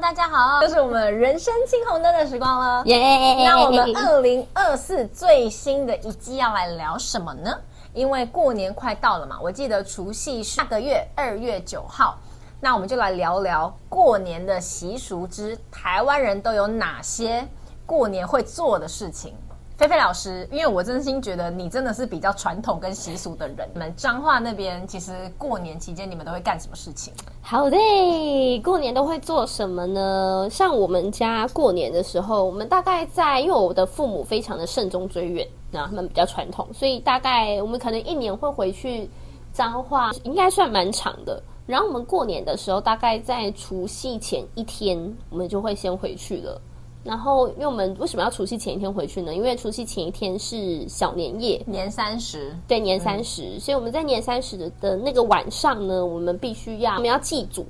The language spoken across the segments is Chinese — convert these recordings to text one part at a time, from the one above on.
大家好，又是我们人生青红灯的时光了。耶！那我们二零二四最新的一季要来聊什么呢？因为过年快到了嘛，我记得除夕是下个月二月九号，那我们就来聊聊过年的习俗之台湾人都有哪些过年会做的事情。菲菲老师，因为我真心觉得你真的是比较传统跟习俗的人。你们彰化那边其实过年期间你们都会干什么事情？好嘞，过年都会做什么呢？像我们家过年的时候，我们大概在，因为我的父母非常的慎终追远，那他们比较传统，所以大概我们可能一年会回去彰化，应该算蛮长的。然后我们过年的时候，大概在除夕前一天，我们就会先回去了。然后，因为我们为什么要除夕前一天回去呢？因为除夕前一天是小年夜，年三十，对，年三十、所以我们在年三十的的那个晚上呢，我们必须要我们要祭祖。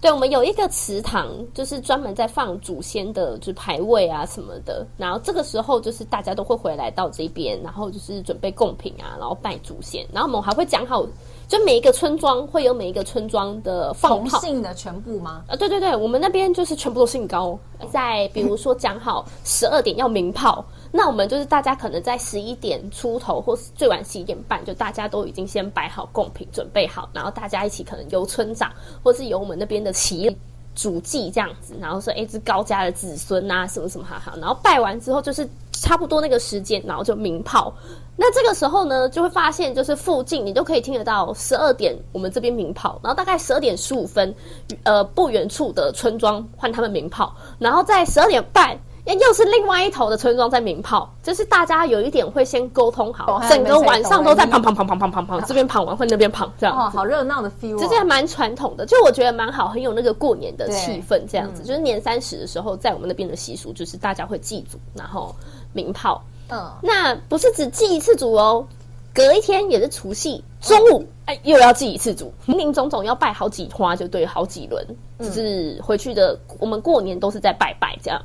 对，我们有一个祠堂，就是专门在放祖先的，就是牌位啊什么的。然后这个时候就是大家都会回来到这边，然后就是准备贡品啊，然后拜祖先。然后我们还会讲好，就每一个村庄会有每一个村庄的放同炮。性的全部吗？啊，对对对，我们那边就是全部都姓高，在比如说讲好十二点要鸣炮，那我们就是大家可能在十一点出头，或是最晚十一点半，就大家都已经先摆好贡品，准备好，然后大家一起可能由村长或是由我们那边的企业。主祭这样子，然后说，哎、这高家的子孙呐、什么什么，哈哈。然后拜完之后，就是差不多那个时间，然后就鸣炮。那这个时候呢，就会发现，就是附近你就可以听得到十二点我们这边鸣炮，然后大概十二点十五分，呃，不远处的村庄换他们鸣炮，然后在十二点半。又是另外一头的村庄在鸣炮，就是大家有一点会先沟通哦好，还有整个晚上都在没谁砰砰砰砰砰砰砰，这边砰完会那边砰，这样哦，好热闹的 feel，、哦、这是还蛮传统的，就我觉得蛮好，很有那个过年的对嗯气氛，这样子。就是年三十的时候，在我们那边的习俗就是大家会祭祖，然后鸣炮。嗯。那不是只祭一次祖哦，隔一天也是除夕，中午哎又要祭一次祖，林林总总要拜好几花，就对，好几轮。就是回去的，我们过年都是在拜拜这样。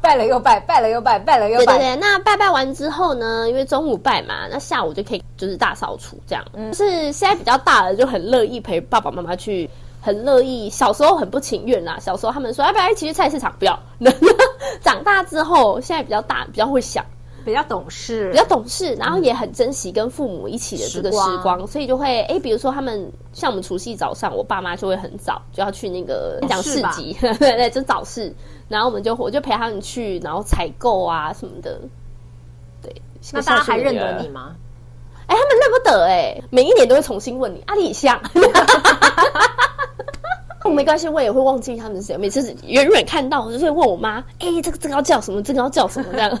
拜了又拜，拜了又拜，拜了又对对拜。对，那拜拜完之后呢，因为中午拜嘛，那下午就可以就是大扫除这样。就是现在比较大了，就很乐意陪爸爸妈妈去，很乐意。小时候很不情愿啦，小时候他们说要哎不要一起去菜市场，不要。 长大之后，现在比较大，比较会想，比较懂事，比较懂事，然后也很珍惜跟父母一起的这个时嗯光，时光所以就会哎，比如说他们像我们除夕早上，我爸妈就会很早就要去那个讲市市吧集， 对对，就早市，然后我们就我就陪他们去，然后采购啊什么的。对，是那个大家孝还顺认女儿得你吗？哎、他们认不得哎、每一年都会重新问你阿里香。没关系，我也会忘记他们是谁。每次远远看到，我就会问我妈：“哎、这个这个要叫什么？这个要叫什么？”这样。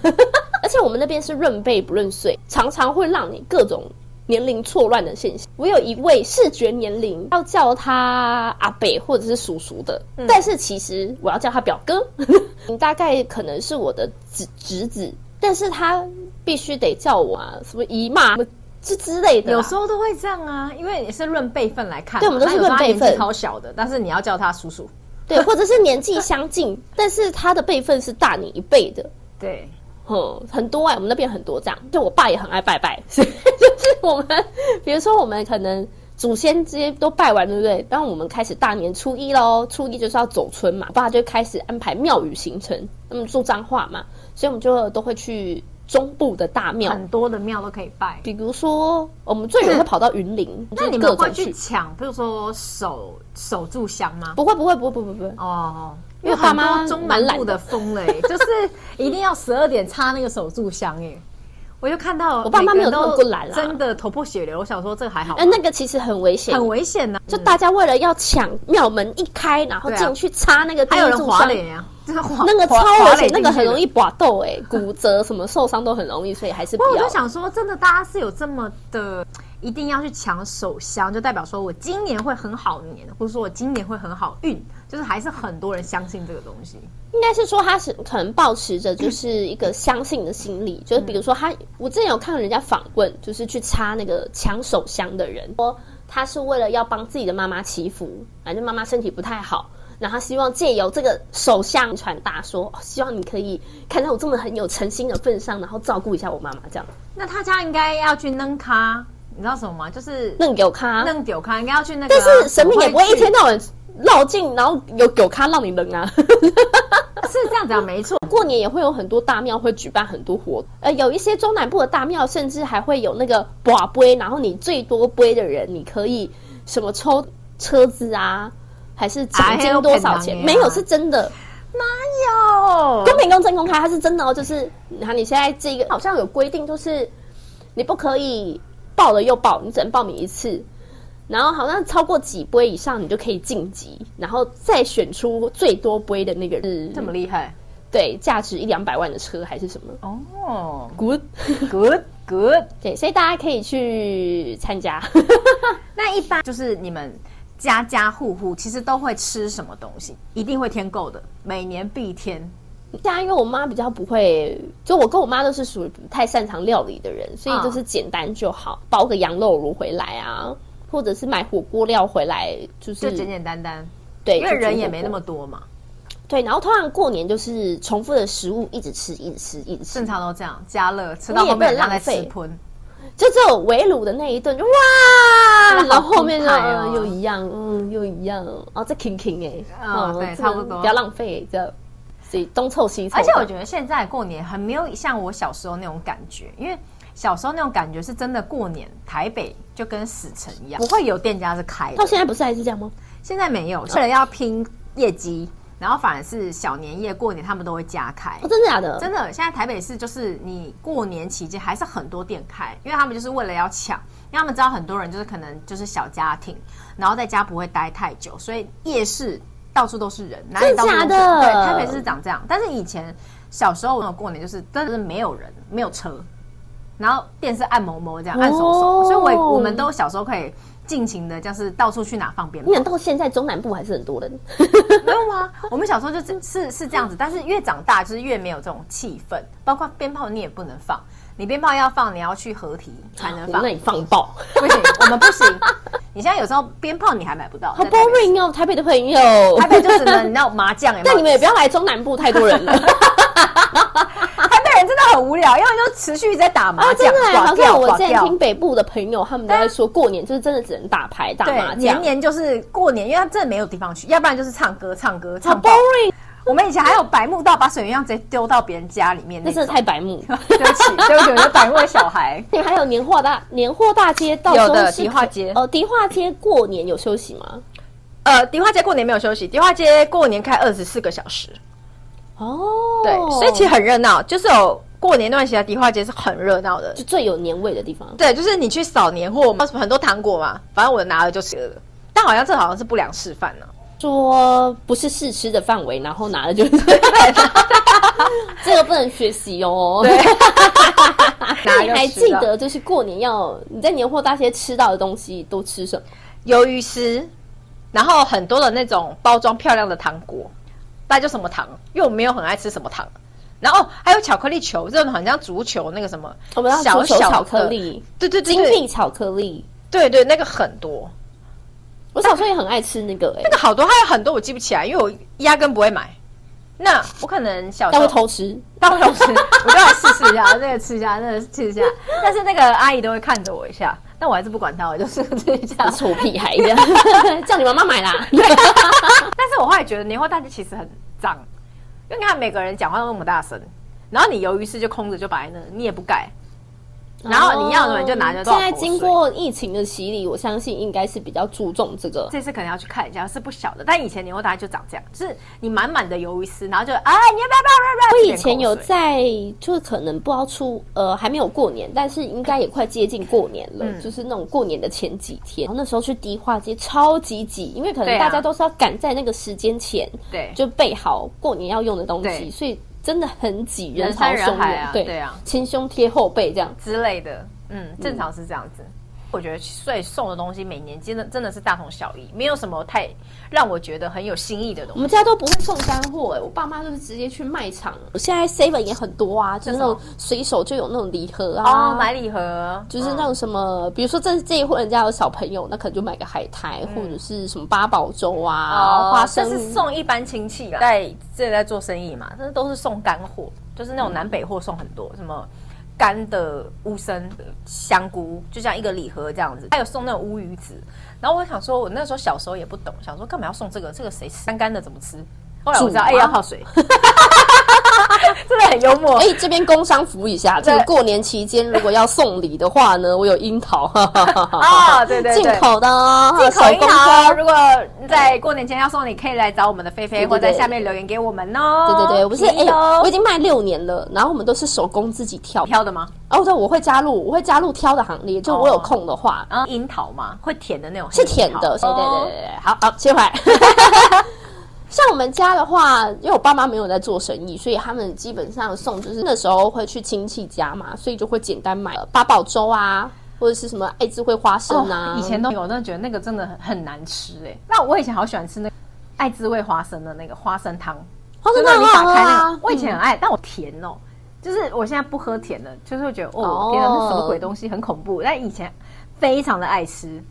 而且我们那边是认辈不认岁，常常会让你各种年龄错乱的现象。我有一位视觉年龄要叫他阿北或者是叔叔的，嗯但是其实我要叫他表哥。 你大概可能是我的侄侄子，但是他必须得叫我啊，什么姨妈什么之之类的啦。有啊时候都会这样啊，因为你是论辈分来看嘛，啊对我们都是那有时候他论辈分年纪超小的，但是你要叫他叔叔，对，或者是年纪相近，但是他的辈分是大你一倍的，对，嗯，很多哎、我们那边很多这样。就我爸也很爱拜 拜，所以就是我们，比如说我们可能祖先这些都拜完，对不对？当我们开始大年初一喽，初一就是要走村嘛，我爸就开始安排庙宇行程，那么住彰化嘛，所以我们就都会去中部的大庙。很多的庙都可以拜。比如说，我们最远会跑到 云林，那你就是们各会种去去？抢，比如说守守住香吗？不会，不会，不会，不会，不会。哦，因因为为很爸妈多中南蛮懒部的风嘞，就是一定要十二点插那个守住香哎，我就看到我爸妈没每个人有那么都不懒啦真的头破血流。我想说这个还好吧哎，，那个其实很危险，很危险呐，就大家为了要抢庙门一开，然后对啊进去插那个第还一有人炷滑香，脸呀，就是滑那个超滑危脸险，那个进很去的容易刮豆哎，骨折什么受伤都很容易，所以还是不不过我要就。想说，真的，大家是有这么的，一定要去抢手香，就代表说我今年会很好年，或者说我今年会很好运，就是还是很多人相信这个东西。应该是说他是可能保持着就是一个相信的心理，就是比如说他，我之前有看人家访问，就是去插那个抢手香的人，说他是为了要帮自己的妈妈祈福，反正妈妈身体不太好。然后他希望借由这个手相传达说、哦希望你可以看在我这么很有诚心的份上，然后照顾一下我妈妈这样。那他家应该要去扔咖，你知道什么吗？就是弄给我看啊，扔丢咖，应该要去那个啊。但是神明也不会一天到晚绕境，然后有狗咖让你冷啊。是这样讲没错。过年也会有很多大庙会举办很多活，呃，有一些中南部的大庙甚至还会有那个寡杯，然后你最多杯的人，你可以什么抽车子啊，还是奖金多少钱？哎没啊有是真的，哪有公？平公正公开，它是真的哦。就是然后你现在这个好像有规定，就是你不可以报了又报，你只能报名一次。然后好像超过几杯以上，你就可以晋级，然后再选出最多杯的那个人。这么厉害对，价值一两百万的车还是什么哦？Good， ，good good。对，所以大家可以去参加。 那一般就是你们家家户户其实都会吃什么东西？一定会添购的，每年必添。家因为我妈比较不会，就我跟我妈都是属于不太擅长料理的人，所以嗯就是简单就好，包个羊肉炉回来啊，或者是买火锅料回来，就就是简简单单，对，因为就煮人也火没那锅么多嘛，对。然后通常过年就是重复的食物一直吃，一直吃，一直吃正，常都这样。加热吃你到也后面不能让在浪吃费喷，就只有围炉的那一顿就哇，真的好然后后面就、澎湃哦嗯又一样，嗯又一样，哦再 king king 哎，嗯对这个差不多不要浪费这样，所以东凑西凑而的，且我觉得现在过年很没有像我小时候那种感觉，因为小时候那种感觉是真的过年台北就跟死城一样，不会有店家是开到的。现在不是还是这样吗？现在没嗯有，为了要拼业绩，然后反而是小年夜、过年他们都会加开哦，。真的假的？真的，现在台北市就是你过年期间还是很多店开，因为他们就是为了要抢，因为他们知道很多人就是可能就是小家庭，然后在家不会待太久，所以夜市到处都是人，哪里到处都是人。真的假的对，台北市是长这样，但是以前小时候我过年就是真的是没有人，没有车，然后店是暗蒙蒙这样，暗飕飕，哦所以我我们都小时候可以尽情的，就是到处去哪放鞭炮你。想到现在中南部还是很多人，没有吗？我们小时候就是是是这样子，但是越长大就是越没有这种气氛，包括鞭炮你也不能放，你鞭炮要放，你要去合体才能啊我放，那里放爆，不行，我们不行。你现在有时候鞭炮你还买不到，好在台北 boring 哦，台北的朋友。台 北就只能你知道麻将，有没那有你们也不要来中南部，太 多人了台北啊人真的很无聊，要么就持续在打麻啊！将真的，啊，挂好像掉我挂之前掉听。北部的朋友，他们都在说过年就是真的只能打牌、打麻对，年将，年就是过年，因为他真的没有地方去，要不然就是唱歌、唱歌、好唱爆。 boring，我们以前还有白目到把水鸳鸯直接丢到别人家里面那那真种的。太 白目。对不起，对不起，我是白目的小孩。你还有年货大年货大街，到有时候的是迪可化街哦，迪化街过年有休息吗？呃，迪化街过年没有休息，迪化街过年开二十四个小时，哦，对，所以其实很热闹，就是有过年那段时间，迪化街是很热闹的。就最有年味的地方。对，就是你去扫年货嘛，很多糖果嘛，反正我拿了就吃了。但好像这好像是不良示范呢、说不是试吃的范围，然后拿了就这个不能学习哦。 对那哪你有还吃记到得就是过年要你在年货大街吃到的东西都吃什么？鱿鱼丝，然后很多的那种包装漂亮的糖果，那就什么糖，因为我没有很爱吃什么糖。然后哦还有巧克力球，这种很像足球那个什么，我们要小足球小巧克的力、对对对金对币巧克力。对对，那个很多。我小时候也很爱吃那个哎、那个好多，还有很多我记不起来，因为我压根不会买。那我可能小时但候 会偷吃。当我偷吃，我就来试试 一下，那个吃一下，那个吃一下。但是那个阿姨都会看着我一下，但我还是不管她，我就是吃一下。你臭屁 孩这样，叫你妈妈买啦。但是我后来觉得年货大街其实很脏，因为你看每个人讲话都那么大声，然后你鱿鱼丝就空着就摆在那，你也不盖。然后你要的你就拿着多哦少现在口水经过疫情的洗礼，我相信应该是比较注重这个。这次可能要去看一下，是不小的。但以前年货大街就长这样，就是你满满的鱿鱼丝，然后就哎，你要不要不要不要不要？我以前有这点口水在，就是可能不知道出呃还没有过年，但是应该也快接近过年了，嗯就是那种过年的前几天，然后那时候去迪化街超级挤，因为可对能啊大家都是要赶在那个时间前对，就备好过年要用的东对西，所以真的很挤，人人潮山人汹海涌啊，对对啊前胸贴后背这样。之类的，嗯，正常是这样子。我觉得所以送的东西每年真的真的是大同小异，没有什么太让我觉得很有新意的我东西。们家都不会送干货、哎，我爸妈都是直接去卖场。现在 seven 也很多啊，就是那种随手就有那种礼盒啊，哦，买礼盒就是嗯那种什么，比如说这这一户人家有小朋友，那可能就买个海苔、或者是什么八宝粥啊、嗯花哦，这生。是送一般亲戚啦，嗯在这在做生意嘛，这都是送干货，就是那种南北货送很多，什么干的乌参、香菇，就这样一个礼盒这样子，还有送那种乌鱼子。然后我想说，我那时候小时候也不懂，想说干嘛要送这个？这个谁吃干干的怎么吃？后来我知道，煮啊哎，要泡水， 真的很幽默。哎、这边工商服务一下，这个对过年期间如果要送礼的话 呢，我有樱桃，哈哈哈哈 啊对对对进口的哦，进口手樱工桃，包。如果在过年前要送，你可以来找我们的菲菲，对对或在对下面留言给我们哦。对对对，我不是哎、便宜哦我已经卖六年了，然后我们都是手工自己挑。挑的吗？哦，对，我会加入，我会加入挑的行列，就我有空的话、啊，樱桃嘛，会甜的那种，是甜的。对对对哦对对，好好切回来。 像我们家的话，因为我爸妈没有在做生意，所以他们基本上送就是那时候会去亲戚家嘛，所以就会简单买呃八宝粥啊，或者是什么爱滋会花生哦啊。以前都有，我真的觉得那个真的很很难吃哎、那我以前好喜欢吃那个爱滋味花生的那个花生汤，花生就汤是你很打好喝开那啊个，，我以前很爱，但我甜哦。就是我现在不喝甜的，就是会觉得哦哦，天哪，那什么鬼东西，很恐怖。但以前非常的爱吃，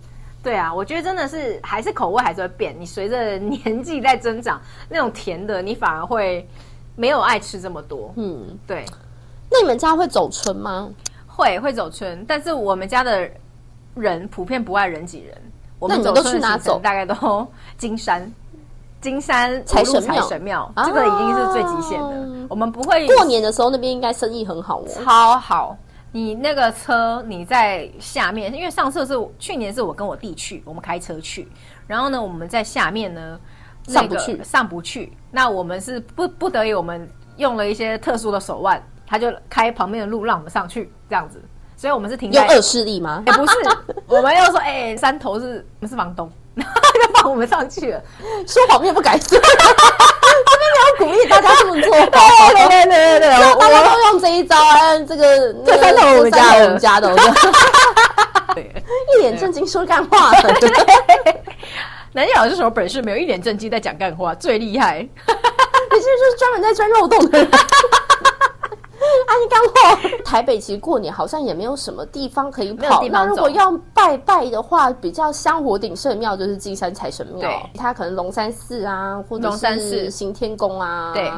对啊，我觉得真的是还是口味还是会变。你随着年纪在增长，那种甜的你反而会没有爱吃这么多。嗯。嗯对，那你们家会走春吗？会会走春，但是我们家的人普遍不爱人挤人。我那们你们走都春去的哪行程走大概都 金山，金山财五路神财庙神庙，啊这个已经是最极限的。我们不会过年的时候那边应该生意很好哦。超好。你那个车你在下面，因为上次是我去年是我跟我弟去，我们开车去，然后呢我们在下面呢、那个上不去上不去。那我们是不不得已，我们用了一些特殊的手腕，他就开旁边的路让我们上去，这样子。所以我们是停用在恶势力吗？也、不 是，我们又说，哎、山头是我们是房东， 然后就放我们上去了。说 谎面不改正，这边没有鼓励大家这么 做。对对对对对，大我家都用这一招，按这个那这三头我们家的这三头我们家的，我对一脸正经说 干话的。南京老师什么本事没有？一脸正经在讲干话，最厉 害。你是就是专门在钻漏洞的人。 啊，你干货。台北其实过年好像也没有什么地方可以没有跑。地方那如走果要拜拜的话，比较香火鼎盛的庙就是金山财神庙对，它可能龙山寺啊，或者龙山寺是行天宫啊，对。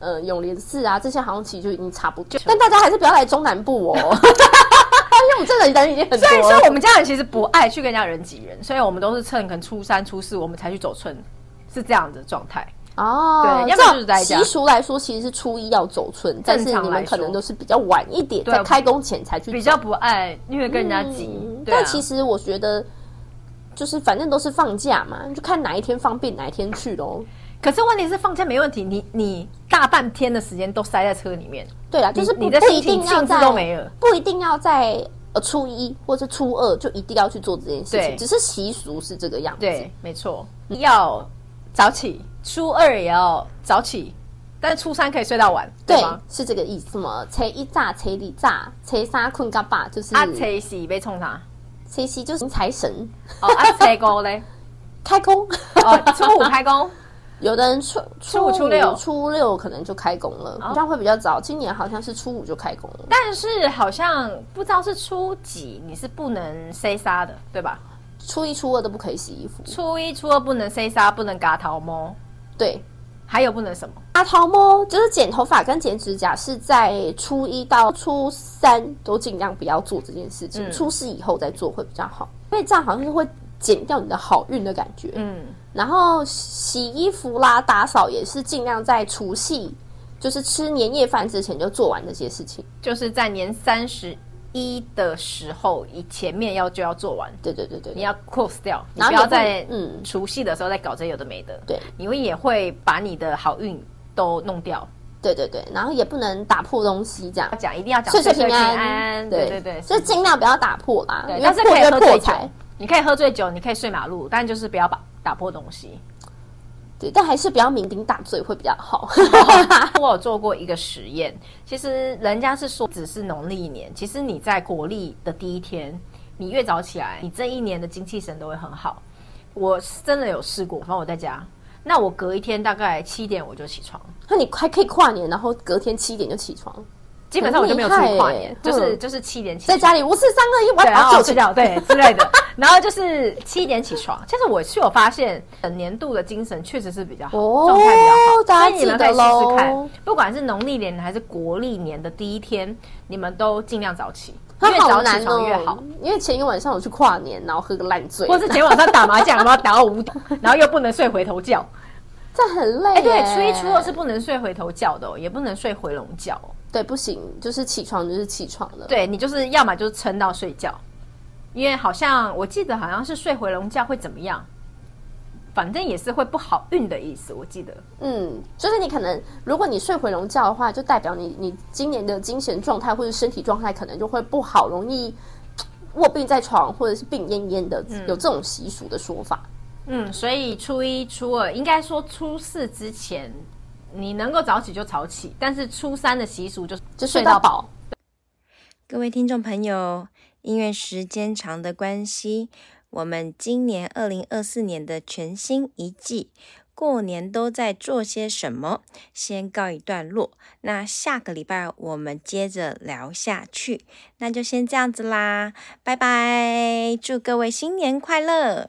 呃，永联寺啊，这些好像其实就已经差不多，但大家还是不要来中南部哦，因 为我们这里人已经很所以多说了。我们家人其实不爱去跟人家人挤人，所以我们都是趁可能初三、初四我们才去走村，是这样的状态。哦，对要不然就是在家习俗来说，其实是初一要走春，但是你正常们来可说能都是比较晚一点，对在开工前才去走，比较不爱，因为跟人家挤。嗯对啊、但其实我觉得，就是反正都是放假嘛，就看哪一天方便哪一天去喽。可是问题是放假没问题，你你大半天的时间都塞在车里面，对啦，你就是不你的不心一情欸定要兴致在都没了不一定要在呃初一或是初二就一定要去做这件事情，对只是习俗是这个样子。对，没错，要早起，初二也要早起，但是初三可以睡到晚，对吗？是这个意思嘛？初一炸，初二炸，初三困嘎巴，就是阿车喜被冲啥？初四就是财神哦，阿车高 嘞？开工。哦，初五开工，有的人初初五初六哦初六可能就开工了，好像会比较早。今年好像是初五就开工了。但是好像不知道是初几，你是不能 C 杀的，对吧？初一、初二都不可以洗衣服。初一、初二不能 C 杀，不能嘎桃摸，对，还有不能什么？阿桃摸就是剪头发跟剪指甲是在初一到初三都尽量不要做这件事情，嗯初四以后再做会比较好，因为这样好像是会减掉你的好运的感觉。嗯，然后洗衣服啦、打扫也是尽量在除夕，就是吃年夜饭之前就做完这些事情。就是在年三十一的时候，以前面要就要做完，对对对对你对，要 close 掉，你然后不你要不在嗯除夕的时候再搞这有的没的，对你会也会把你的好运都弄掉。对对对，然后也不能打破东西这样要。讲一定要讲岁岁平平安，对对对，就尽量不要打破啦，对因为但是破可以就喝破醉酒财，，你可以喝醉酒，你可以睡马路，但就是不要把打破东 西。对，但还是不要酩酊大醉会比较好。 我有做过一个实验，其实人家是说只是农历一年，其实你在国历的第一天，你越早起来，你这一年的精气神都会很好。我是真的有试过，反正我在家，那我隔一天大概七点我就起床，那你还可以跨年，然后隔天七点就起床，基本上我就没有出去跨年，很就厉害耶是嗯就是七点起在家里哦五四三二一，我对，要然把后酒吃掉，对之类的。 然后就是七点起床，其实我是有发现，本年度的精神确实是比较好，哦状态比较好，大家所以你们记得可以试试喽看，不管是农历年还是国历年的第一天，你们都尽量早起，它越好早难起床越好哦。，因为前一个晚上我去跨年，然后喝个烂醉，或是前晚上打麻将，然后打到五点， 然后又不能睡回头觉。这很累哎，耶。对，初一初二是不能睡回头觉的哦，也不能睡回笼觉哦。对不行，就是起床就是起床了。对你就是要么就是撑到睡觉，因为好像我记得好像是睡回笼觉会怎么样，反正也是会不好运的意思。我记得嗯，就是你可能，如果你睡回笼觉的话，就代表你你今年的精神状态或者身体状态可能就会不好，容易嘖卧病在床或者是病恹恹的，有这种习俗的说法。嗯，所以初一、初二，应该说初四之前，你能够早起就早起，但是初三的习俗就是就睡到饱，各位听众朋友，因为时间长的关系，我们今年二零二四年的全新一季，过年都在做些什么，先告一段落。那下个礼拜我们接着聊下去，那就先这样子啦，拜拜，祝各位新年快乐！